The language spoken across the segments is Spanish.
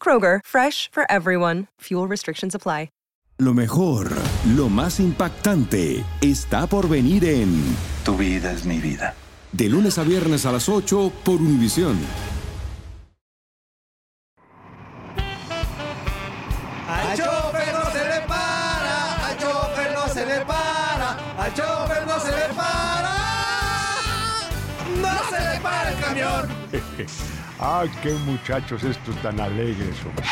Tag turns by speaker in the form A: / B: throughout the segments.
A: Kroger, fresh for everyone. Fuel restrictions apply.
B: Lo mejor, lo más impactante está por venir en
C: Tu vida es mi vida.
B: De lunes a viernes a las 8 por Univisión.
D: Al chofer no se le para, al chofer no se le para, al chofer no se le para. No se le para el camión.
E: Ah, qué muchachos estos tan alegres. hombre.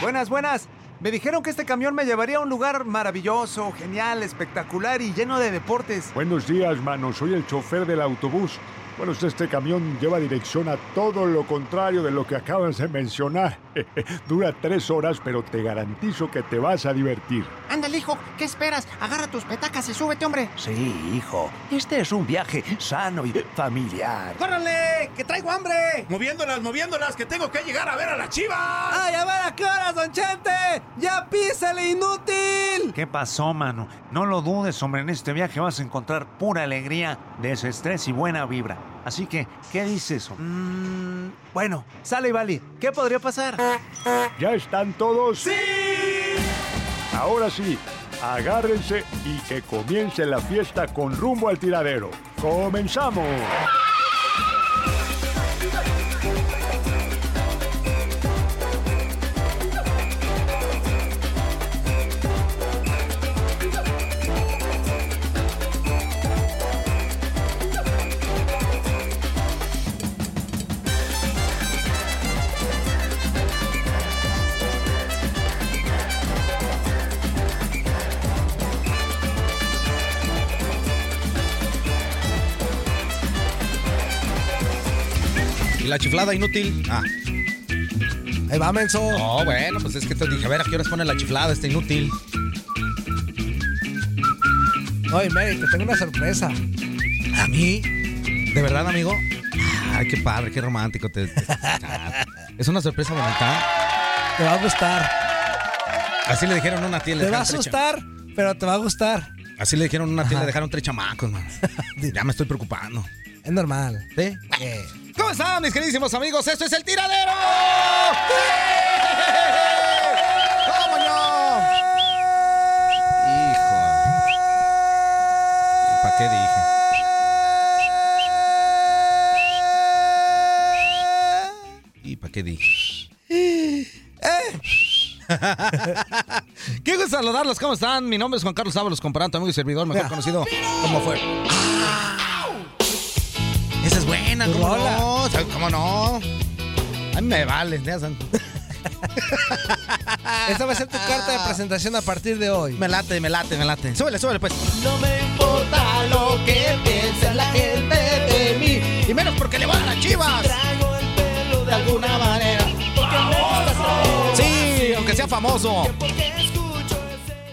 D: Buenas, buenas. Me dijeron que este camión me llevaría a un lugar maravilloso, genial, espectacular y lleno de deportes.
E: Buenos días, mano. Soy el chofer del autobús. Bueno, este camión lleva dirección a todo lo contrario de lo que acabas de mencionar. Dura tres horas, pero te garantizo que te vas a divertir.
F: Ándale, hijo, ¿qué esperas? Agarra tus petacas y súbete, hombre.
C: Sí, hijo. Este es un viaje sano y familiar.
D: ¡Córrale! ¡Que traigo hambre!
G: Moviéndolas, moviéndolas, que tengo que llegar a ver a la chiva.
D: ¡Ay, a ver a qué horas, don Chente! ¡Ya písele, inútil!
F: ¿Qué pasó, mano? No lo dudes, hombre, en este viaje vas a encontrar pura alegría, desestrés y buena vibra. Así que, ¿qué dices? hombre?
D: Mm, bueno, sale y vale. ¿Qué podría pasar?
E: ¿Ya están todos? ¡Sí! Ahora sí, agárrense y que comience la fiesta con rumbo al tiradero. ¡Comenzamos!
H: ¿Y la chiflada inútil? Ah.
I: Ahí va, menso.
H: No, bueno, pues es que te dije, a ver, ¿a qué horas pone la chiflada? Está inútil.
I: Oye, Mary, te tengo una sorpresa.
H: ¿A mí? ¿De verdad, amigo? Ay, qué padre, qué romántico. te- te- Ah, es una sorpresa bonita.
I: Te va a gustar.
H: Así le dijeron a una tía. le
I: Te va a
H: dejaron tres
I: asustar, pero te va a gustar.
H: cham- Así le dijeron a una tía, le dejaron tres chamacos, man. Ya me estoy preocupando.
I: Es normal. Eh.
H: ¿Sí? ¿Cómo están, mis queridísimos amigos? ¡Esto es El Tiradero! ¡Cómo no! Hijo. ¿Para qué dije? ¿Y para qué dije? ¿Eh? Qué gusto saludarlos, ¿cómo están? Mi nombre es Juan Carlos Ábalos, comparando amigo y servidor, mejor
I: Ya.
H: conocido como fue. Esa es buena,
I: Tu
H: ¿cómo
I: rola.
H: no? O sea, ¿Cómo no? A mí me vale, ya saben.
I: Esta va a ser tu carta de presentación a partir de hoy.
H: Me late, me late, me late. Súbele, súbele, pues.
D: No me importa lo que piensa la gente de mí.
H: Y menos porque le van a las chivas.
D: Traigo el pelo de alguna manera.
H: Sí, aunque sea famoso.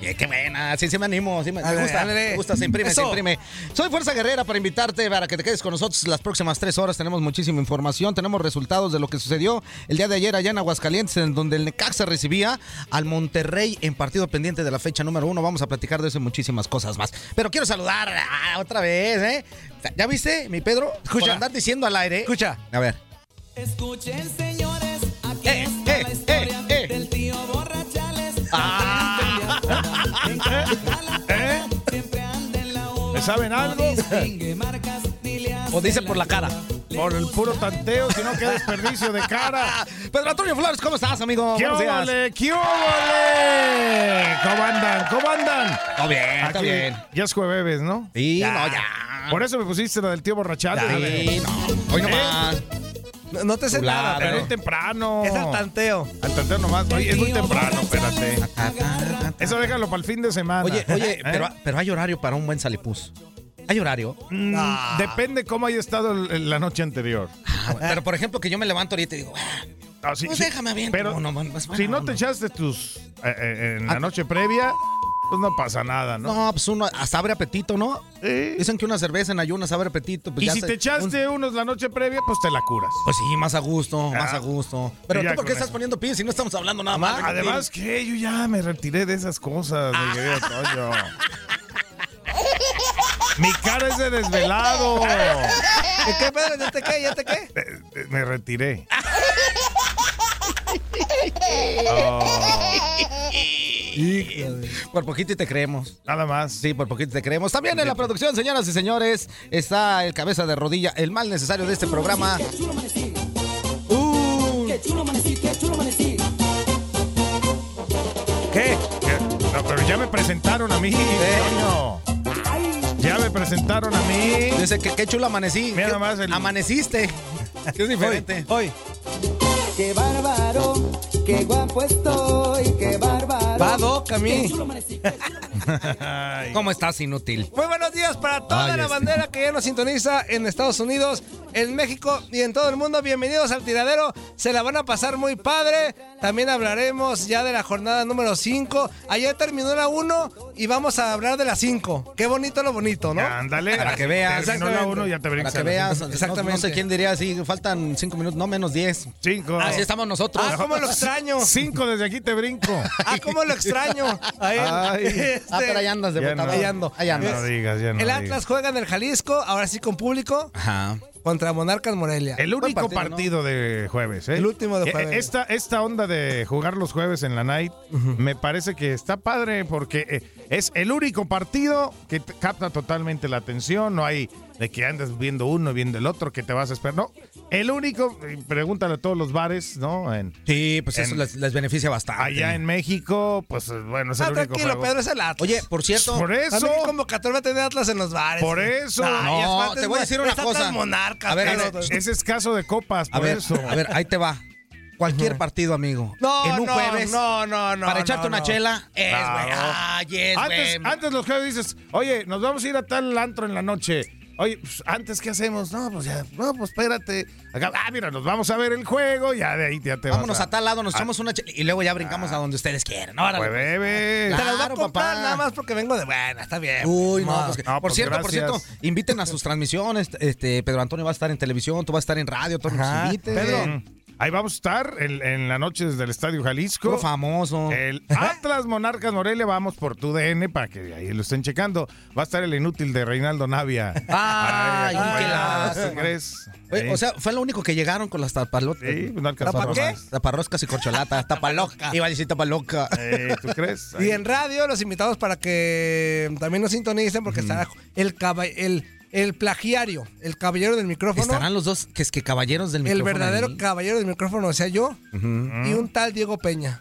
H: Eh, qué buena, sí, sí me animo, sí me, me
I: Ándale,
H: gusta,
I: ándale.
H: me gusta, se imprime, se
I: Eso.
H: imprime. Soy Fuerza Guerrera para invitarte para que te quedes con nosotros las próximas tres horas. Tenemos muchísima información, tenemos resultados de lo que sucedió el día de ayer allá en Aguascalientes, en donde el Necaxa recibía al Monterrey en partido pendiente de la fecha número uno. Vamos a platicar de eso y muchísimas cosas más. Pero quiero saludar ah, otra vez, ¿eh? ¿Ya viste, mi Pedro? Escucha. andar diciendo al aire. Escucha. A ver.
J: Escuchen, señores, aquí
H: Eh,
J: está
H: eh,
J: la historia
H: eh, Ah. eh.
J: del tío Borrachales.
G: ¿Le saben algo?
H: O dice por la cara.
G: Por el puro tanteo, si no, qué desperdicio de cara.
H: Ah, Pedro Antonio Flores, ¿cómo estás, amigo?
G: ¡Qué
H: Buenos días.
G: óvole, qué óvole! ¿Cómo andan? ¿Cómo andan?
H: Todo bien, Ah, está
G: Aquí
H: bien.
G: Ya es jueves, ¿no?
H: Sí, no, ya.
G: Por eso me pusiste la del tío borrachado.
H: Sí, no.
G: ¿Eh?
H: Hoy nomás.
I: No, no te sé nada,
G: Pero es
I: pero
G: temprano.
I: es al tanteo.
G: Al tanteo nomás. Oye, es muy temprano, espérate. Eso déjalo para el fin de semana.
H: Oye, oye,
G: ¿Eh?
H: pero, pero hay horario para un buen salipuz. Hay horario.
G: Mm,
H: Ah.
G: Depende cómo haya estado el- el- la noche anterior.
H: Ah, Pero por ejemplo, que yo me levanto ahorita y digo, ah,
G: Ah, sí,
H: pues
G: sí.
H: déjame bien.
G: Pero
H: pues
G: si no te echaste tus eh, eh, en la noche previa, pues no pasa nada, ¿no?
H: Ah. No, pues uno hasta abre apetito, ¿no? Dicen que una cerveza en ayunas abre apetito. Pues
G: y
H: ya
G: si
H: se-
G: te echaste unos la noche previa, pues te la curas.
H: Pues sí, más a gusto, más
G: Ah.
H: a gusto. Pero
G: Y ya
H: tú, ¿por qué
G: con
H: estás
G: eso.
H: poniendo pies si no estamos hablando nada más?
G: Además que yo ya me retiré de esas cosas, mi querido
H: Ah.
G: Toño. Mi cara es de desvelado.
I: ¿Qué, ¿Qué Pedro? ¿Ya te qué? ¿Ya te qué?
G: Eh, Me retiré. Oh.
H: Por poquito y te creemos.
G: Nada más.
H: Sí, por poquito te creemos. También en la producción, señoras y señores, está el cabeza de rodilla, el mal necesario de este programa.
G: ¿Qué? ¿Qué? No, pero ya me presentaron a mí, Toño. Ya me presentaron a mí.
H: Dice que qué chulo amanecí.
G: Mira nomás el-
H: Amaneciste. Que es diferente.
I: Hoy.
D: Qué bárbaro, qué guapo estoy, qué bárbaro.
I: Va Doc a mí.
G: Ay.
H: ¿Cómo estás, inútil?
I: Muy buenos días para toda
H: Ay,
I: la
H: este.
I: bandera que ya nos sintoniza en Estados Unidos, en México y en todo el mundo. Bienvenidos al tiradero. Se la van a pasar muy padre. También hablaremos ya de la jornada número 5. Ayer terminó la 1 y vamos a hablar de la 5. Qué bonito lo bonito, ¿no?
G: Ándale.
H: Para que veas.
G: Terminó la uno, ya te
H: Para
G: brincas
H: que
G: a la
H: veas.
G: cinco.
H: Exactamente. No,
I: Exactamente.
H: sé quién diría así. Faltan cinco minutos, no menos diez.
G: Cinco.
H: Así estamos nosotros.
I: Ah, cómo lo extraño.
G: Cinco desde aquí te brinco.
I: Ah, cómo lo extraño. A él.
G: Ay.
I: Este,
H: Ah, pero ahí andas de
G: Ya
H: botador.
G: no.
H: Ahí ando, ahí andas.
G: No digas, ya no
I: el
G: digas.
I: Atlas juega en el Jalisco, ahora sí con público,
H: Ajá.
I: contra Monarcas Morelia.
G: El
H: Buen
G: único
H: partido, ¿no?
G: partido de jueves, ¿eh?
I: El último de
G: Eh,
I: jueves.
G: eh, Esta, esta onda de jugar los jueves en la night me parece que está padre porque eh, es el único partido que te capta totalmente la atención. No hay de que andes viendo uno, viendo el otro, que te vas a esperar. No, el único, eh, pregúntale a todos los bares, ¿no? En-
H: Sí, pues eso
G: En-
H: les, les beneficia bastante.
G: allá en México, pues eh, bueno, es el
I: Ah,
G: único
I: tranquilo,
G: juego.
I: Pedro, es el Atlas.
H: Oye, por cierto.
G: Por eso.
I: También qué convocatoria va a tener Atlas en los bares.
G: Por
I: güey?
G: eso.
I: Ay,
H: No,
I: aparte
H: te
I: es
H: voy a
I: ma-
H: decir una
I: es Atlas
H: cosa.
I: Monarca,
H: A ver,
I: Pedro.
H: a ver,
G: Es escaso de copas,
H: A
G: por
H: ver,
G: eso.
H: a ver, ahí te va. Cualquier partido, amigo.
I: no,
H: en un
I: no,
H: jueves.
I: no, no, no.
H: para echarte
I: no,
H: una
I: no.
H: chela. Es, güey.
G: Claro.
H: Ay, es,
G: Antes,
H: güey.
G: antes los jueves dices, oye, nos vamos a ir a tal antro en la noche. Oye, pues, antes qué hacemos? No, pues ya, no, pues espérate. Acá- ah, mira, nos vamos a ver el juego, ya de ahí ya te
H: Vámonos
G: vas
H: a tal
I: Ah.
H: lado, nos echamos una chela y luego ya brincamos a donde ustedes quieran. Órale,
G: Pues
H: pues.
I: Te
G: bebes.
I: las voy a
H: Claro,
I: comprar
H: papá.
I: nada más porque vengo de buena, está bien.
H: Uy, no,
I: Ma.
H: pues que-
G: No,
H: por
G: pues,
H: cierto, por
G: gracias.
H: cierto, inviten a sus transmisiones. Este, Pedro Antonio va a estar en televisión, tú vas a estar en radio, todos
I: Ajá.
H: nos inviten.
I: Pedro.
G: Ahí vamos a estar en, en la noche desde el Estadio Jalisco.
H: Puro famoso.
I: Eh,
G: El Atlas Monarcas Morelia, vamos por tu DN para que ahí lo estén checando. Va a estar el inútil de Reinaldo Navia.
H: Ay,
G: Ahí,
H: qué
G: acompañado.
H: lástima.
G: ¿Crees?
H: Oye,
G: Sí.
H: O sea, fue lo único que llegaron con las tapalotas.
G: Sí, no alcanzó
H: ¿Tapa
G: para
H: qué?
G: más.
H: Taparroscas y corcholatas. tapaloca. Iba a decir tapaloca.
G: Eh, ¿Tú crees?
I: Y en radio los invitamos para que también nos sintonicen porque estará el, caba- el, el plagiario, el caballero del micrófono.
H: Estarán los dos que es que caballeros del
I: el
H: micrófono.
I: verdadero
H: ahí.
I: caballero del micrófono, o sea, yo y un tal Diego Peña.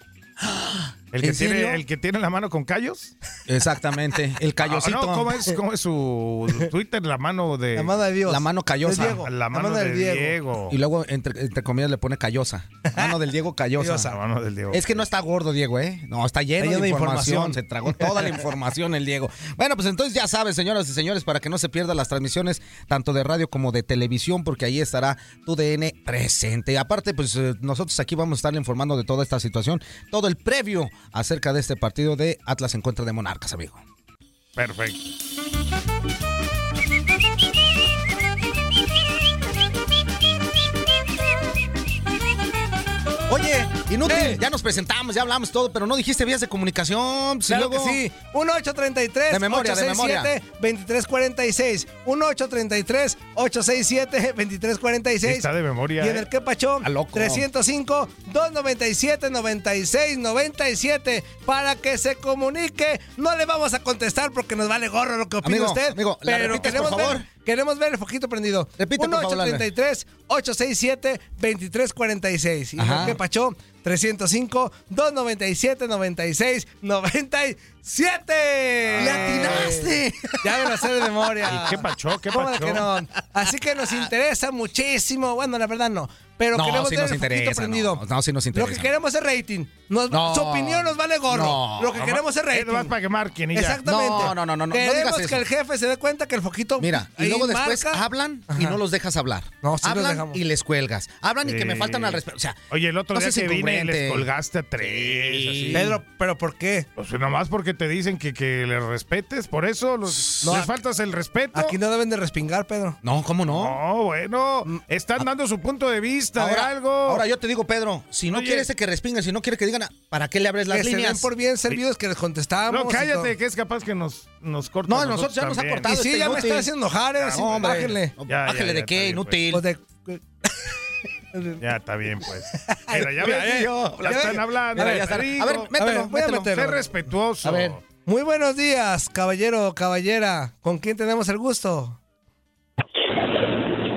G: ¿El que,
H: ¿En serio?
G: tiene, ¿El que tiene la mano con callos?
H: Exactamente. El callosito.
G: Ah, no, ¿cómo, es, ¿Cómo es su Twitter? La mano de.
I: La mano de Dios.
H: La mano callosa.
I: De Diego.
G: La mano de Diego.
H: Y luego, entre, entre comillas, le pone callosa. Mano del Diego callosa.
G: La mano del Diego.
H: Es que no está gordo, Diego, ¿eh? No, está lleno,
I: Está lleno
H: de,
I: de
H: información.
I: información.
H: Se tragó toda la información el Diego. Bueno, pues entonces ya saben, señoras y señores, para que no se pierdan las transmisiones tanto de radio como de televisión, porque ahí estará tu DN presente. Aparte, pues eh, nosotros aquí vamos a estar informando de toda esta situación, todo el previo acerca de este partido de Atlas en contra de Monarcas, amigo.
G: Perfecto.
H: Oye, inútil, ya nos presentamos, ya hablamos todo, pero no dijiste vías de comunicación. Si
I: Claro
H: luego...
I: que sí. 1833
H: De memoria, de
I: 867 2346 1833 867 2346
G: Está de memoria,
I: Y en
G: ¿eh?
I: el que pachó
G: Está loco.
I: 305 297 96 97 para que se comunique. No le vamos a contestar porque nos vale gorro lo que opina
H: Amigo,
I: usted.
H: amigo, la repites, por
I: queremos ver-
H: favor.
I: Queremos ver el foquito prendido.
H: Repite, por favor, la-
I: 1833 867 2346 Y en
H: Ajá.
I: el que pachó 305 297 96 97. ¡Le atinaste! Ya me lo sé de memoria.
G: ¿Y qué pachó? ¿Qué
I: ¿Cómo de
G: pachó?
I: que no? Así que nos interesa muchísimo. Bueno, la verdad no. Pero
H: No,
I: queremos
H: sí
I: ver
H: nos
I: el foquito
H: interesa,
I: prendido.
H: no, no, sí nos interesa.
I: Lo que queremos es rating. Nos-
H: No.
I: su opinión nos vale gorro.
H: No.
I: Lo que
H: Nomás-
I: queremos es rating.
G: Eh, nomás para que marquen y ya.
I: Exactamente.
H: No, no, no, no, no digas
I: Queremos que
H: eso.
I: el jefe se dé cuenta que el foquito.
H: Mira, y
I: ahí
H: luego después
I: marca.
H: hablan y no los dejas hablar.
I: No, sí los
H: hablan
I: dejamos.
H: y les cuelgas. Hablan y que me
G: Sí.
H: faltan al respeto. O sea,
G: Oye, el otro
H: no
G: día
H: seas
G: que vine
H: incongruente.
G: les colgaste a tres. así.
I: Pedro, ¿pero por qué?
G: Pues nomás porque te dicen que, que les respetes, por eso los,
I: No,
G: les
I: ac-
G: faltas el respeto.
I: Aquí no deben de respingar, Pedro.
H: No, ¿cómo no?
G: No, bueno, están dando su punto de vista de
H: Mm, ah, Ahora,
G: algo.
H: ahora yo te digo, Pedro, si no
G: Oye.
H: quieres que respingan, si no quieres que digan, ¿para qué le abres las
I: que se den
H: líneas?
I: por bien servidos que les contestamos.
G: no,
I: y todo.
G: cállate, que es capaz que nos, nos cortan.
H: No, a nosotros ya nos ha
G: también.
H: cortado.
I: Y sí,
H: este
I: ya me
H: inútil.
I: está haciendo enojar, eh,
H: No,
I: sí,
H: hombre.
I: bájenle.
H: No,
G: Ya,
H: bájenle
G: ya,
H: de
G: ya,
H: qué,
G: está bien,
H: inútil.
I: Pues de-
G: Ya está bien, pues. Mira, ya ves,
I: Mira,
G: digo,
I: ya
G: la
I: ves.
G: están hablando.
H: A ver,
G: te
H: ya está. A
G: digo.
H: ver, mételo,
G: A ver,
I: voy a
H: mételo.
I: meterlo.
G: Sé respetuoso.
H: A ver.
I: Muy buenos días, caballero, caballera. ¿Con quién tenemos el gusto?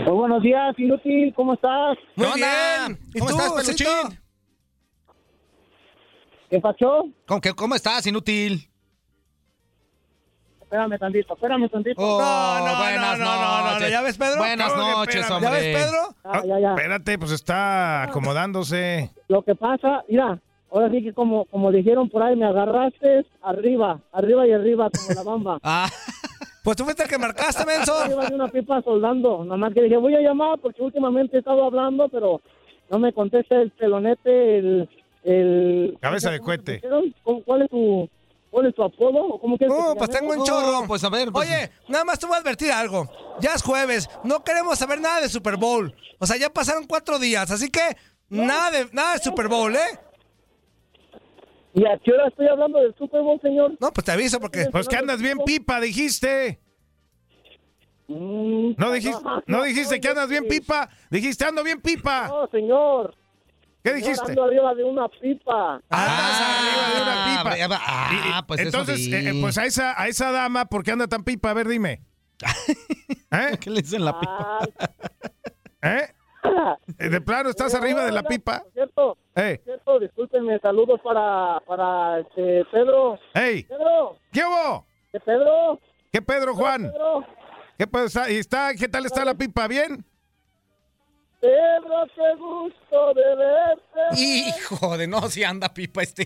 K: Muy buenos días, Inútil, ¿cómo estás?
I: Muy
H: ¿Qué onda?
I: bien.
H: ¿Cómo estás,
I: Osito?
H: Peluchín?
K: ¿Qué pasó?
H: ¿Cómo, que- ¿Cómo estás, inútil?
K: Espérame tantito, espérame tantito.
H: Oh,
I: no, no,
H: buenas
I: no, no, no,
H: noches.
I: ¿ya ves, Pedro?
H: Buenas
G: Cabrón,
H: noches,
G: espérame.
H: hombre.
I: ¿Ya ves, Pedro?
K: Ah, ya, ya.
G: Espérate, pues está acomodándose.
K: Lo que pasa, mira, ahora sí que como, como dijeron por ahí, me agarraste arriba, arriba y arriba, como la bamba.
H: Ah,
I: Pues tú fuiste el que marcaste, menso.
K: arriba de una pipa soldando. Nada más que dije, voy a llamar porque últimamente he estado hablando, pero no me contesta el telonete, el... el
G: Cabeza de
K: ¿cómo te
G: cohete.
K: pusieron? ¿Cómo- ¿Cuál es tu, cuál es tu apodo? ¿O cómo quieres que
I: No,
K: te
I: pues tengo
K: llamemos?
I: un chorro.
H: No, pues a ver, pues-
I: Oye, nada más te voy a advertir algo. Ya es jueves, no queremos saber nada de Super Bowl. O sea, ya pasaron cuatro días, así que nada de, nada de Super Bowl, ¿eh?
K: ¿Y a qué hora estoy hablando del Super Bowl, señor?
I: No, pues te aviso porque.
G: Pues que andas bien pipa, dijiste.
K: Mm,
G: No dijiste, no dijiste que andas bien
K: sí.
G: pipa. Dijiste ando bien pipa.
K: No, señor.
G: ¿Qué
K: Señor,
G: dijiste?
K: Ando arriba de una pipa.
G: Andas arriba de una pipa.
H: Ah,
G: Y-
H: pues eso
G: Entonces,
H: di.
G: eh, eh, pues a esa, a esa dama, ¿por qué anda tan pipa? A ver, dime. ¿Eh?
H: ¿Qué le dicen la pipa?
K: Ah,
G: ¿Eh? Eh, De plano, estás arriba de la
K: hola,
G: pipa.
K: por Cierto,
G: ¡Ey!
K: por cierto, discúlpenme, saludos para, para este, Pedro.
G: ¡Ey!
K: Pedro,
G: ¿Qué hubo?
K: ¿qué Pedro?
G: ¿Qué Pedro Juan?
K: Pedro,
G: ¿Qué pedo está? ¿Y está? ¿Qué tal está la pipa? ¿Bien?
K: Pedro, qué gusto de verte.
H: Hijo de no, si anda pipa este.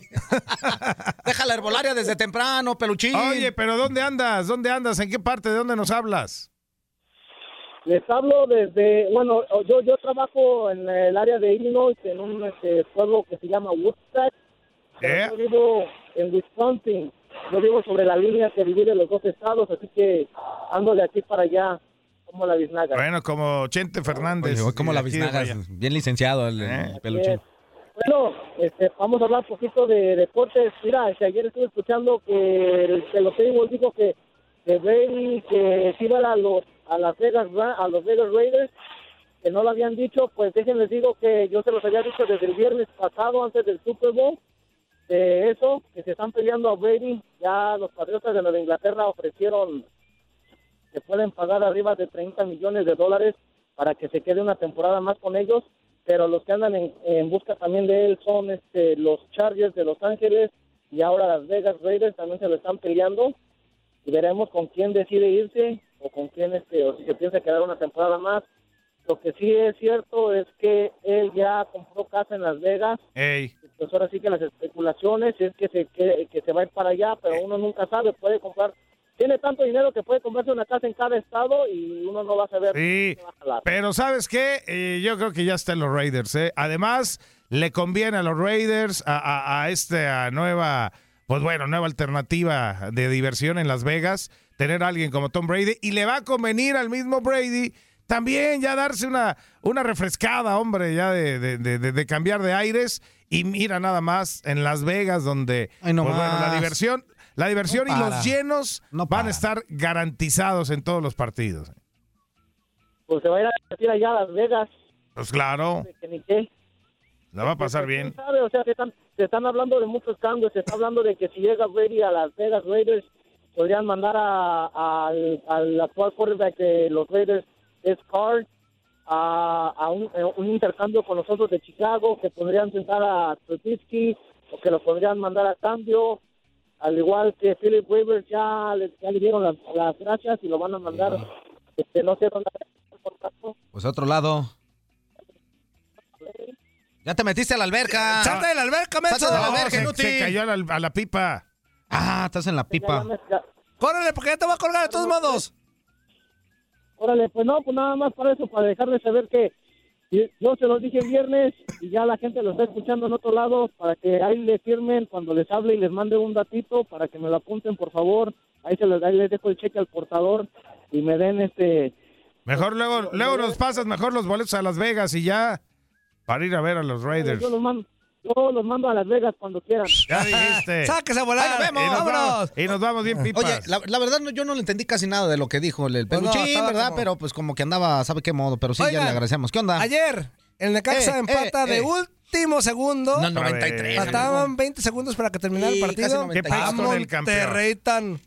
H: Deja la herbolaria desde temprano, peluchín.
G: Oye, pero ¿dónde andas? ¿Dónde andas? ¿En qué parte? ¿De dónde nos hablas?
K: Les hablo desde, bueno, yo, yo trabajo en el área de Illinois, en un este, pueblo que se llama Woodstock. pero
G: ¿Eh?
K: Yo vivo en Wisconsin. Yo vivo sobre la línea que divide los dos estados, así que ando de aquí para allá, como la biznaga.
G: Bueno, como Chente Fernández.
H: Oye, hoy como
G: de
H: la
G: Pues, aquí de
H: biznaga,
G: Guaya-
H: bien licenciado el, el
G: ¿Eh?
H: peluchín.
K: Bueno, este, vamos a hablar un poquito de deportes. Mira, este, ayer estuve escuchando que el que los Cowboys dijo que, que Brady que se iba a los a las Vegas Ra- a los Vegas Raiders que no lo habían dicho, pues déjenles digo que yo se los había dicho desde el viernes pasado antes del Super Bowl de eso que se están peleando a Brady. Ya los patriotas de Nueva Inglaterra ofrecieron que pueden pagar arriba de 30 millones de dólares para que se quede una temporada más con ellos, pero los que andan en, en busca también de él son este, los Chargers de Los Ángeles y ahora las Vegas Raiders también se lo están peleando y veremos con quién decide irse o con quién este, o si se piensa quedar una temporada más. Lo que sí es cierto es que él ya compró casa en Las Vegas,
G: Ey.
K: pues ahora sí que las especulaciones es que se, que, que se va a ir para allá,
G: Eh.
K: pero uno nunca sabe, puede comprar, tiene tanto dinero que puede comprarse una casa en cada estado y uno no va a saber.
G: Sí.
K: dónde va a jalar.
G: Pero ¿sabes qué? Eh, yo creo que ya están los Raiders. ¿eh? Además, le conviene a los Raiders, a, a- a esta nueva, pues bueno, nueva alternativa de diversión en Las Vegas, tener a alguien como Tom Brady y le va a convenir al mismo Brady también ya darse una, una refrescada, hombre, ya de, de- de- de- de cambiar de aires. Pues, Y mira nada más en Las Vegas, donde
H: Ay, no
G: pues bueno, la
H: más.
G: diversión, la diversión y
H: para.
G: los llenos van a estar garantizados en todos los partidos.
K: Pues se va a ir a divertir allá a Las Vegas,
G: Pues claro,
K: que ni qué.
G: la va a pasar bien.
K: ¿Sabe? O sea, se están, se están hablando de muchos cambios. Se está hablando de que si llega Brady a Las Vegas Raiders, podrían mandar a, a- al, al actual quarterback de los Raiders, es Carr, a, a un, a un intercambio con los otros de Chicago, que podrían sentar a Trubisky o que lo podrían mandar a cambio. Al igual que Philip Rivers, ya le, ya le dieron las, las gracias y lo van a mandar. Este, no sé dónde
H: Pues a otro lado. Ya te metiste a la alberca.
I: ¡Salta de la alberca, menso!
H: Salta de la
I: No,
H: alberca,
I: se-
H: inútil.
I: se cayó
G: a la, pipa.
H: Ah, estás en la pipa.
I: ¡Córrele, porque ya te voy a colgar de todos modos!
K: Órale, pues no, pues nada más para eso, para dejarles saber que y- yo se los dije el viernes y ya la gente lo está escuchando en otro lado para que ahí le firmen cuando les hable y les mande un datito para que me lo apunten, por favor. Ahí se les, ahí les dejo el cheque al portador y me den este...
G: Mejor luego, luego nos pasas mejor los boletos a Las Vegas y ya para ir a ver a los Raiders.
K: Yo los mando, yo los mando a Las Vegas cuando quieran.
G: Ya dijiste.
I: ¡Sáquese a
H: volar! Ahí nos vemos,
G: Y nos
H: vámonos.
G: vamos, y nos vamos bien pipas.
H: Oye, la, la verdad no- yo no le entendí casi nada de lo que dijo el, el
I: Pues no,
H: peluchín,
I: estaba
H: ¿verdad?
I: como-
H: Pero pues como que andaba, ¿sabe qué modo? Pero sí, ya
I: Oigan,
H: le agradecemos. ¿Qué onda?
I: Ayer, el Necaxa
H: Eh, eh,
I: empata de
H: eh.
I: último segundo.
H: No, 93,
I: Faltaban 20 segundos para que terminara el
H: Sí, casi
I: partido.
G: 93. ¿Qué
I: A
G: pasó con el campeón?
I: Monterrey tan...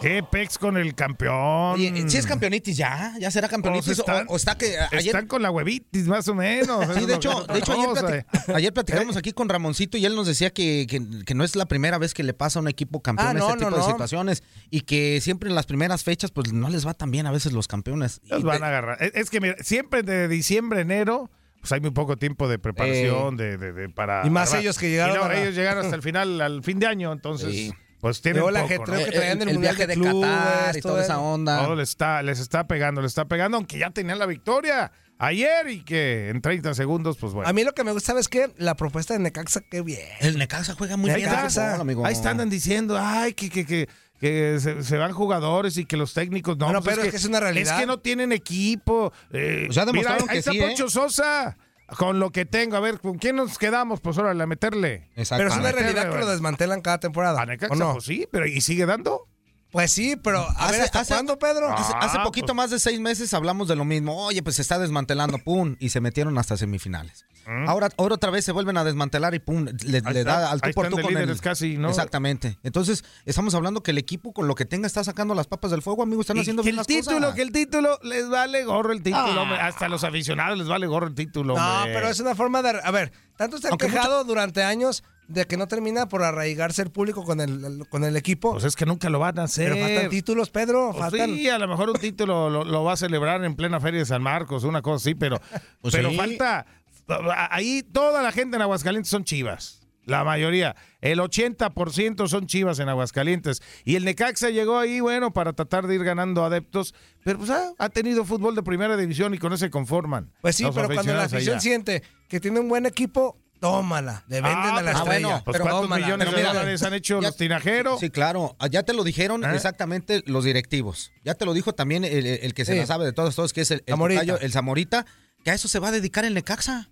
G: ¿Qué pex con el campeón?
H: Oye, ¿sí es campeonitis ya? ¿Ya será campeonitis?
G: Pues Mm. están-
H: o, o está que a- ayer...
G: Están con la huevitis más o menos.
H: Sí, de hecho, de hecho ayer, plati-
G: ¿eh?
H: ayer platicamos aquí con Ramoncito y él nos decía que, que- que no es la primera vez que le pasa a un equipo campeón
I: Ah, no,
H: este tipo
I: no,
H: de
I: no.
H: situaciones y que siempre en las primeras fechas pues no les va tan bien a veces los campeones. Y
G: Los van a agarrar. Es, es que mira, siempre de diciembre a enero, pues hay muy poco tiempo de preparación de, de- de- para.
I: Y más
G: para-
I: ellos que
G: y
I: llegaron
G: no,
I: a la-
G: ellos llegaron hasta el final, al fin de año, entonces.
H: Sí.
G: Pues tienen
I: Luego el
G: poco,
I: ajetreo
G: ¿no?
I: que traían del
H: el
I: Mundial
H: viaje
I: de
H: de
I: Clubes,
H: Qatar y
I: eso.
H: toda esa onda.
G: Todo les está, les está pegando, les está pegando, aunque ya tenían la victoria ayer y que en 30 segundos, pues bueno.
I: A mí lo que me gusta, ¿sabes qué? La propuesta de Necaxa, qué bien.
H: El Necaxa juega muy bien.
G: Ahí
H: al
G: está,
I: Ah,
H: fútbol, amigo.
G: Ahí está, andan diciendo, ay, que, que, que, que se, se van jugadores y que los técnicos no.
I: Bueno,
G: pues
I: pero es que es una realidad.
G: Es que no tienen equipo. eh,
H: Pues ya demostraron
G: mira, ahí
H: que
G: está
H: sí, ¿eh?
G: Poncho Sosa. Con lo que tengo, a ver, ¿con quién nos quedamos? Pues órale, a meterle.
H: Exacto.
I: Pero es
G: A
I: una
G: meterle,
I: realidad que lo
G: bueno.
I: desmantelan cada temporada.
G: A Necaxa,
I: ¿o no?
G: pues sí, pero ¿y sigue dando?
I: Pues sí, pero a
H: Hace-
I: ver, ¿hasta
H: hace-
I: cuándo, Pedro?
H: Hace, hace
G: Ah,
H: poquito
G: pues.
H: más de seis meses hablamos de lo mismo. Oye, pues se está desmantelando, pum, y se metieron hasta semifinales. Ahora, ahora otra vez se vuelven a desmantelar y pum, le,
G: Mm. Ahí
H: le
G: está,
H: da al tú
G: ahí
H: por
G: están
H: tú
G: de
H: con
G: líderes
H: el...
G: casi, ¿no?
H: Exactamente. Entonces, estamos hablando que el equipo con lo que tenga está sacando las papas del fuego, amigo. Están
G: Y
H: haciendo
G: que
H: bien
G: el
H: las
G: título,
H: cosas.
G: que el título les vale gorro el título,
H: Ah.
G: hombre. Hasta a los aficionados les vale gorro el título,
I: No,
G: hombre.
I: pero es una forma de... A ver, tanto se han
H: Aunque
I: quejado durante años de que no termina por arraigarse el público con el, con el equipo.
G: Pues es que nunca lo van a hacer.
I: pero faltan títulos, Pedro.
G: Pues
I: faltan...
G: Sí, a lo mejor un título lo, lo va a celebrar en plena Feria de San Marcos, una cosa así, pero,
H: Pues
G: pero
H: sí.
G: falta. Ahí toda la gente en Aguascalientes son chivas. La mayoría, el 80% son chivas en Aguascalientes. Y el Necaxa llegó ahí, bueno, para tratar de ir ganando adeptos, pero pues ah, ha tenido fútbol de primera división y con eso se conforman.
I: Pues sí,
G: los
I: pero cuando la
G: aficionados
I: afición
G: allá.
I: siente que tiene un buen equipo, tómala. Le venden
G: Ah,
I: a la
G: pues,
I: estrella.
H: bueno,
G: Pues
H: pero
G: cuántos
H: tómala.
G: millones
H: Pero
G: de
H: mira,
G: dólares han hecho
H: ya-
G: los tinajeros.
H: Sí, claro. Ya te lo dijeron
G: ¿Eh?
H: exactamente los directivos. Ya te lo dijo también el, el- el que se
I: Sí.
H: la sabe de todos, todos, que es el, el
I: Zamorita.
H: tocayo, el Zamorita, que a eso se va a dedicar el Necaxa.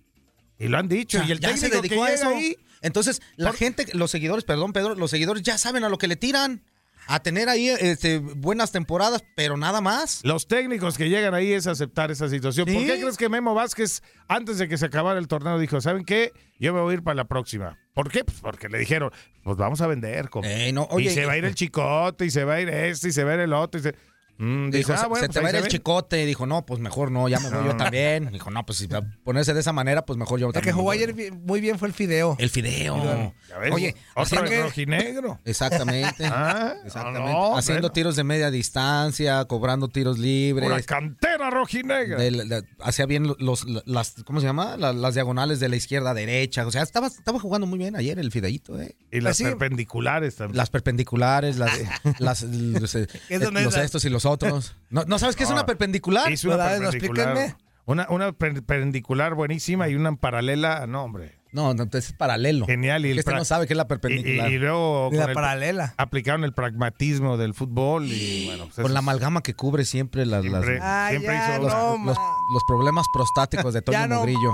G: Y lo han dicho.
H: O sea,
G: y el
H: ya se
G: técnico que
H: dedicó a
G: llega
H: eso.
G: ahí
H: Entonces, la
G: Por-
H: gente, los seguidores, perdón, Pedro, los seguidores ya saben a lo que le tiran. A tener ahí este, buenas temporadas, pero nada más.
G: Los técnicos que llegan ahí es aceptar esa situación. ¿Por
H: Sí.
G: qué crees que Memo Vázquez, antes de que se acabara el torneo, dijo, ¿saben qué? Yo me voy a ir para la próxima. ¿Por qué? Pues porque le dijeron, pues vamos a vender. compa.
H: Eh, no, oye,
G: y se va a ir el chicote, y se va a ir este, y se va a ir el otro. Y se... Mm,
H: Dijo,
G: dijo, "Ah,
H: se,
G: bueno,
H: se
G: pues
H: te va
G: ahí
H: a ir
G: se
H: el
G: ve".
H: chicote. Dijo, no, pues mejor no, ya me voy yo también. Dijo, no, pues si va a ponerse de esa manera, pues mejor yo
I: El que
H: también. me
I: jugó
H: voy".
I: ayer bien- muy bien fue el Fideo.
H: El fideo.
G: Ya ves,
H: Oye,
G: otro
H: haciendo-
G: el rojinegro.
H: Exactamente.
G: Ah,
H: exactamente.
G: no, no,
H: haciendo
G: bueno.
H: tiros de media distancia, cobrando tiros libres.
G: Una cantera rojinegra.
H: del- de- hacía bien los, las, ¿cómo se llama? La- Las, diagonales de la izquierda a derecha. O sea, estaba, estaba jugando muy bien ayer el fideíto, ¿eh?
G: Y las
I: sí.
G: perpendiculares también.
H: Las perpendiculares, las, las- los, eh,
I: Eso no es
H: los
I: la-
H: estos y los otros. ¿No, no sabes qué es
G: No.
H: una perpendicular?
G: Hizo Ah, una
H: Ah,
I: ¿verdad? No,
G: perpendicular.
I: explíquenme.
G: Una, una per- perpendicular buenísima y una paralela, no, hombre.
H: No, no, es paralelo.
G: Genial. Y el
H: Este
G: pra-
H: no sabe qué es la
G: y,
H: perpendicular.
G: y- y luego.
H: Ni la
G: con el-
H: paralela.
G: Aplicaron el pragmatismo del fútbol y bueno. Pues
H: Con
G: eso-
H: la amalgama que cubre siempre las, las-
G: Siempre-
I: Ah,
G: siempre
I: ya,
G: hizo-
H: los,
I: no,
H: los- los problemas prostáticos de Toño
I: Ya no.
H: Mugrillo.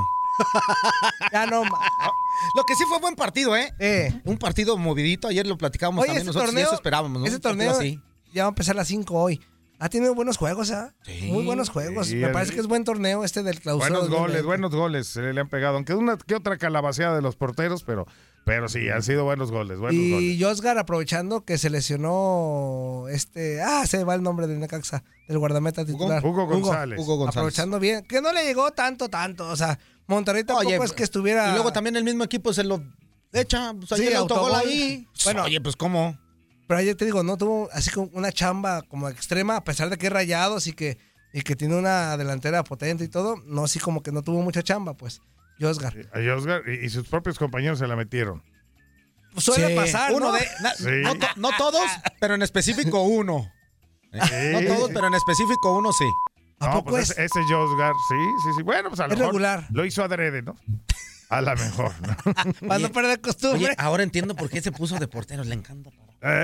I: Ya no ma-
H: Lo que sí fue buen partido, ¿eh? Un partido movidito. Ayer lo platicábamos
I: Oye,
H: también
I: ese
H: nosotros. y
I: torneo.
H: eso esperábamos, ¿no?
I: Ese
H: Un partido
I: torneo
H: así.
I: ya va a empezar a las 5 hoy. Ha tenido buenos juegos, ¿ah? Muy buenos juegos.
G: sí,
I: Me
G: así.
I: parece que es buen torneo este del clausura.
G: Buenos
I: 2020.
G: goles, buenos goles eh, le han pegado. Aunque una que otra calabaceada de los porteros, pero, pero sí, han sido buenos goles, buenos goles.
I: Y Josgar aprovechando que se lesionó este, ah, se me va el nombre del Necaxa, del guardameta titular.
G: Hugo González. Hugo González.
I: Aprovechando bien, que no le llegó tanto, tanto, o sea, Monterrey tampoco
H: Oye,
I: es que estuviera...
H: Y luego también el mismo equipo se lo echa. Pues ayer
I: Sí,
H: autogol,
I: autogol.
H: ahí.
I: Bueno.
H: oye, pues cómo.
I: Pero ayer te digo, no tuvo así como una chamba como extrema, a pesar de que es rayados y que, y que tiene una delantera potente y todo, no así como que no tuvo mucha chamba, pues, Josgar.
G: A Oscar y, y sus propios compañeros se la metieron.
I: Suele
H: Sí,
I: pasar,
H: uno
I: ¿no?
H: de- na-
G: Sí.
H: no, to- no todos, pero en específico uno. No todos, pero en específico uno sí.
G: No, pues ese, ese Josgar, sí, sí, sí. Bueno, pues a lo
H: Es
G: mejor
H: regular.
G: lo hizo adrede, ¿no? A lo mejor. ¿no?
I: Para no perder costumbre.
H: Oye, ahora entiendo por qué se puso de portero, le encanta.
G: Eh,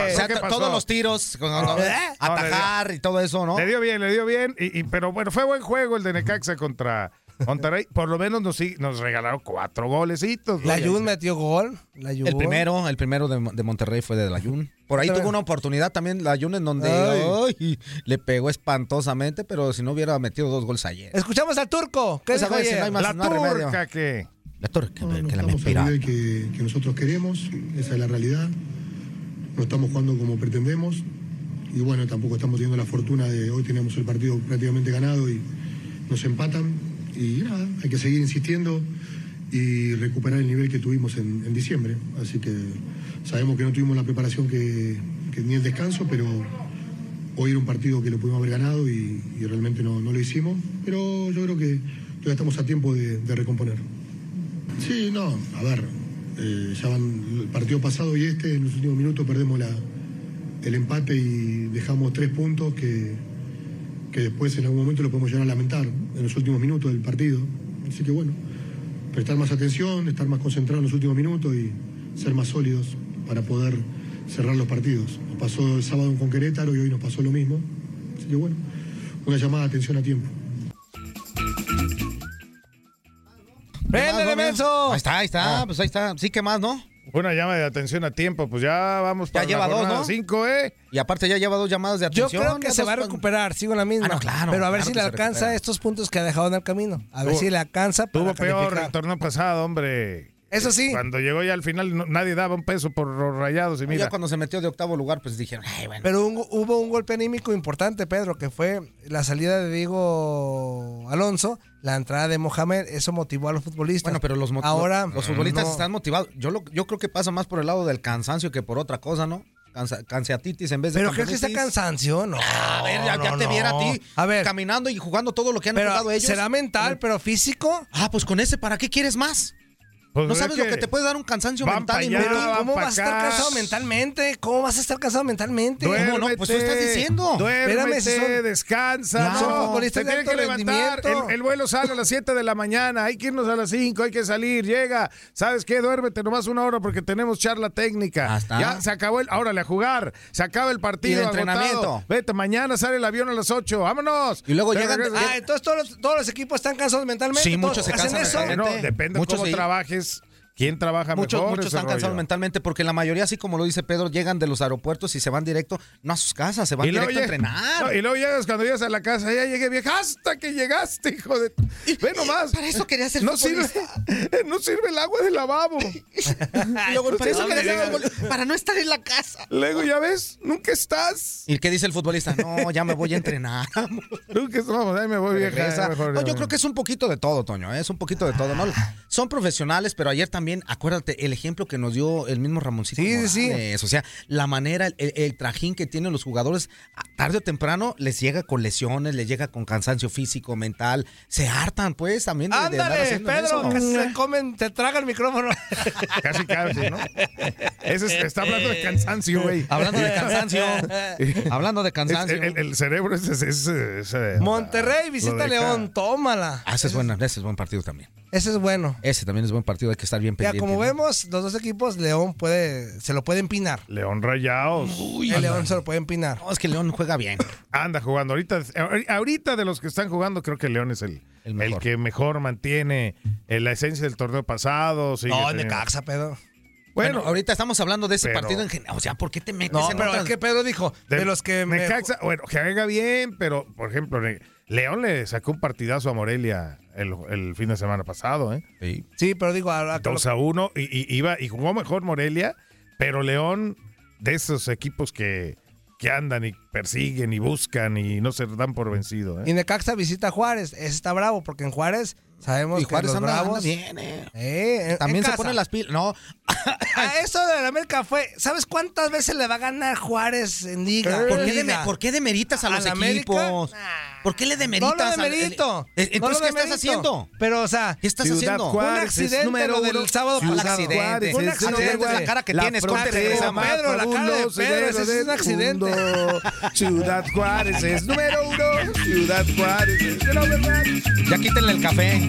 H: O
G: ¿pasó?
H: sea,
G: ¿Qué
H: to-
G: pasó?
H: todos los tiros, con-
G: No,
H: con-
G: no,
H: atajar
G: le dio-
H: y todo eso, ¿no?
G: Le dio bien, le dio bien. Y, y- pero bueno, fue buen juego el de Necaxa contra Monterrey. Por lo menos nos, sí- nos regalaron cuatro golecitos. ¿no?
I: La Jun metió gol. La Jun.
H: El primero, el primero de, de Monterrey fue de la Jun. Por ahí
I: Otra vez.
H: tuvo una oportunidad también la Jun en donde
I: Ay.
H: ay, le pegó espantosamente, pero si no hubiera metido dos goles ayer.
I: Escuchamos al turco. ¿Qué
H: Pues, a
I: dijo
H: ver, si
I: ayer?
H: no hay más,
I: La
H: no hay remedio.
G: Turca, ¿qué?
H: La turca, que la
L: Estamos
H: mentira.
L: al nivel que, que nosotros queremos, esa es la realidad. No estamos jugando como pretendemos y bueno, tampoco estamos teniendo la fortuna de hoy tenemos el partido prácticamente ganado y nos empatan y nada, hay que seguir insistiendo y recuperar el nivel que tuvimos en, en diciembre. Así que sabemos que no tuvimos la preparación que, que ni el descanso, pero hoy era un partido que lo pudimos haber ganado y, y realmente no, no lo hicimos, pero yo creo que todavía estamos a tiempo de- de recomponer. Sí, no, a ver, eh, ya van el partido pasado y este, en los últimos minutos perdemos la, el empate y dejamos tres puntos que, que después en algún momento lo podemos llegar a lamentar en los últimos minutos del partido. Así que bueno, prestar más atención, estar más concentrados en los últimos minutos y ser más sólidos para poder cerrar los partidos. Nos pasó el sábado con Querétaro y hoy nos pasó lo mismo. Así que bueno, una llamada de atención a tiempo.
H: Prende
I: ¡Préndele, menso!
H: Ahí está, ahí
I: Ah.
H: está, pues ahí está. Sí, ¿qué más, no?
G: Una llama de atención a tiempo, pues ya vamos para
H: lleva
G: la
H: dos,
G: jornada
H: ¿no?
G: cinco, ¿eh?
H: Y aparte ya lleva dos llamadas de
I: Yo
H: atención.
I: creo que
H: ya
I: se
H: dos-
I: va a recuperar, sigo en la misma.
H: Ah, no, claro,
I: Pero a ver
H: claro
I: si
H: que
I: le
H: se
I: alcanza
H: recupera.
I: estos puntos que ha dejado en el camino. A ver
G: Tuvo-
I: si le alcanza. para
G: Tuvo peor
I: calificar.
G: el torneo pasado, hombre.
I: Eso sí.
G: Cuando llegó ya al final, no- nadie daba un peso por los rayados y mira.
H: Ya cuando se metió de octavo lugar, pues dijeron, ay, bueno.
I: Pero un- hubo un golpe anímico importante, Pedro, que fue la salida de Diego Alonso, la entrada de Mohamed. Eso motivó a los futbolistas.
H: Bueno, pero los, mot-
I: Ahora,
H: los futbolistas
I: no.
H: están motivados. Yo, lo, yo creo que pasa más por el lado del cansancio que por otra cosa, ¿no? Cansa- canseatitis en vez de
I: ¿Pero crees que está
H: campeonitis.
I: cansancio? No.
H: A ver, ya, ya
I: no,
H: te
I: no.
H: viera a ti
I: A ver,
H: caminando y jugando todo lo que han jugado
I: pero
H: ellos.
I: será mental, pero físico.
H: Ah, pues con ese, ¿para qué quieres más?
G: Pues,
H: ¿No
G: es
H: sabes lo que te puede dar un cansancio
G: van
H: mental
G: pa'
H: y
G: allá,
H: inútil?
G: van
I: ¿Cómo
G: pa'
I: vas a estar
G: acá.
I: cansado mentalmente? ¿Cómo vas a estar cansado mentalmente?
H: ¿Cómo no? Pues tú estás
G: Duérmete,
H: diciendo.
G: Duérmete,
I: Espérame, si son-
G: descansa.
I: Claro. Son
G: No,
H: este
I: futbolistas
G: te
I: de
G: tienes que
I: alto
G: levantar.
I: rendimiento.
G: El, el vuelo sale a las 7 de la mañana. Hay que irnos a las 5. Hay que salir. Llega. ¿Sabes qué? Duérmete nomás una hora porque tenemos charla técnica.
H: Ah, está.
G: Ya se acabó el. Órale, a jugar. Se acaba el partido.
H: Y el
G: agotado.
H: entrenamiento.
G: Vete, mañana sale el avión a las 8. Vámonos.
H: Y luego
G: Te
H: llegan-
G: regresas.
I: Ah, entonces todos los, todos los equipos están cansados mentalmente.
H: Sí,
I: todos
H: muchos se
I: hacen
H: cansan
I: eso.
H: mentalmente.
G: Bueno, depende
H: Ah, Muchos
G: cómo
H: sí.
G: trabajes. ¿Quién trabaja
H: Muchos,
G: mejor?
H: muchos
G: ese
H: están cansados
G: rollo.
H: mentalmente porque la mayoría, así como lo dice Pedro, llegan de los aeropuertos y se van directo, no a sus casas, se van directo a
G: lleg-
H: entrenar.
G: no, y luego llegas cuando llegas a la casa, ya llegué vieja, hasta que llegaste, hijo de. Ve nomás.
H: Para eso quería ser
G: no sirve, no sirve el agua del lavabo.
H: Y luego,
G: No
H: para, eso
G: sirve
H: quería ser
G: el agua.
H: futbolista, para no estar en la casa.
G: Luego, ya ves, nunca estás.
H: ¿Y qué dice el futbolista? No, ya me voy a entrenar. amor.
G: Nunca estamos, ahí me voy vieja.
H: Regresa.
G: ya mejor,
H: No,
G: ya
H: yo
G: me-
H: creo que es un poquito de todo, Toño, ¿eh? es un poquito de todo. ¿no? Son profesionales, pero ayer también, acuérdate, el ejemplo que nos dio el mismo Ramoncito.
I: Sí, sí, sí.
H: Morales, O sea, la manera, el, el trajín que tienen los jugadores, a- tarde o temprano les llega con lesiones, les llega con cansancio físico, mental, se hartan, pues, también de, de andar
I: Ándale,
H: haciendo
I: Pedro,
H: eso.
I: que se comen, te traga el micrófono.
G: Casi casi, ¿no? Ese es- está hablando de cansancio, güey.
H: Hablando de cansancio. Hablando de cansancio.
G: Es- el, el cerebro es. es- es- es, eh,
I: Monterrey
G: lo
I: visita
G: deja-
I: León, tómala.
H: Ah, ese es, buena, ese es buen partido también.
I: Ese es bueno.
H: Ese también es buen partido, hay que estar bien
I: Ya,
H: pendiente.
I: como
H: ¿no?
I: vemos, los dos equipos, León puede, se lo puede empinar.
G: León Rayados.
I: el León se lo puede empinar.
H: es que León juega bien.
G: Anda jugando. Ahorita, ahorita de los que están jugando, creo que León es el, el, que mejor mantiene eh, la esencia del torneo pasado. sigue
I: No,
G: teniendo-
I: Necaxa, Pedro.
G: Bueno,
H: ahorita estamos hablando de ese
G: pero-
H: partido en general. O sea, ¿por qué te metes
I: No,
H: en
I: pero
H: otras-
I: es que Pedro dijo, de, los que me-
G: Necaxa, bueno, que haga bien, pero por ejemplo, Le- León le sacó un partidazo a Morelia el, el fin de semana pasado, ¿eh?
H: Sí.
I: pero digo, a- a-
G: 2 a 1 y, y iba y jugó mejor Morelia, pero León de esos equipos que, que andan y persiguen y buscan y no se dan por vencido,
I: y
G: ¿eh?
I: Necaxa visita a Juárez. Ese está bravo, porque en Juárez sabemos
H: Y Juárez
I: que los
H: anda- anda
I: bravos...
H: bien, eh.
I: Eh, en-
H: También
I: en
H: se
I: casa.
H: ponen las pilas. No,
I: A eso de la América fue... ¿Sabes cuántas veces le va a ganar Juárez en Liga?
H: ¿Por qué,
I: Liga.
H: deme- por qué demeritas a
I: ¿A
H: los
I: la América?
H: equipos? ¿Por qué le
I: No
H: demeritas?
I: lo
H: al-
I: demerito.
H: el- Eh, Entonces,
I: No lo
H: ¿qué estás
I: demerito.
H: haciendo?
I: Pero, o sea,
H: ¿Qué estás
I: Ciudad
H: haciendo?
I: Juárez es número uno. Ciudad
H: Un accidente.
I: Juárez
H: Un
I: es
H: accidente
I: número
H: de la
I: uno.
H: cara que
I: La
H: tienes. Corte,
I: frontera
H: regresamos.
I: más Pedro, la cara de fabulosa Pedro, ese es del un accidente. mundo.
G: Ciudad Juárez es número uno. Ciudad Juárez es número uno.
H: Ya quítenle el café.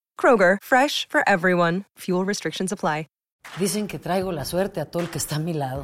A: Kroger, fresh for everyone. Fuel restrictions apply.
M: Dicen que traigo la suerte a todo el que está a mi lado.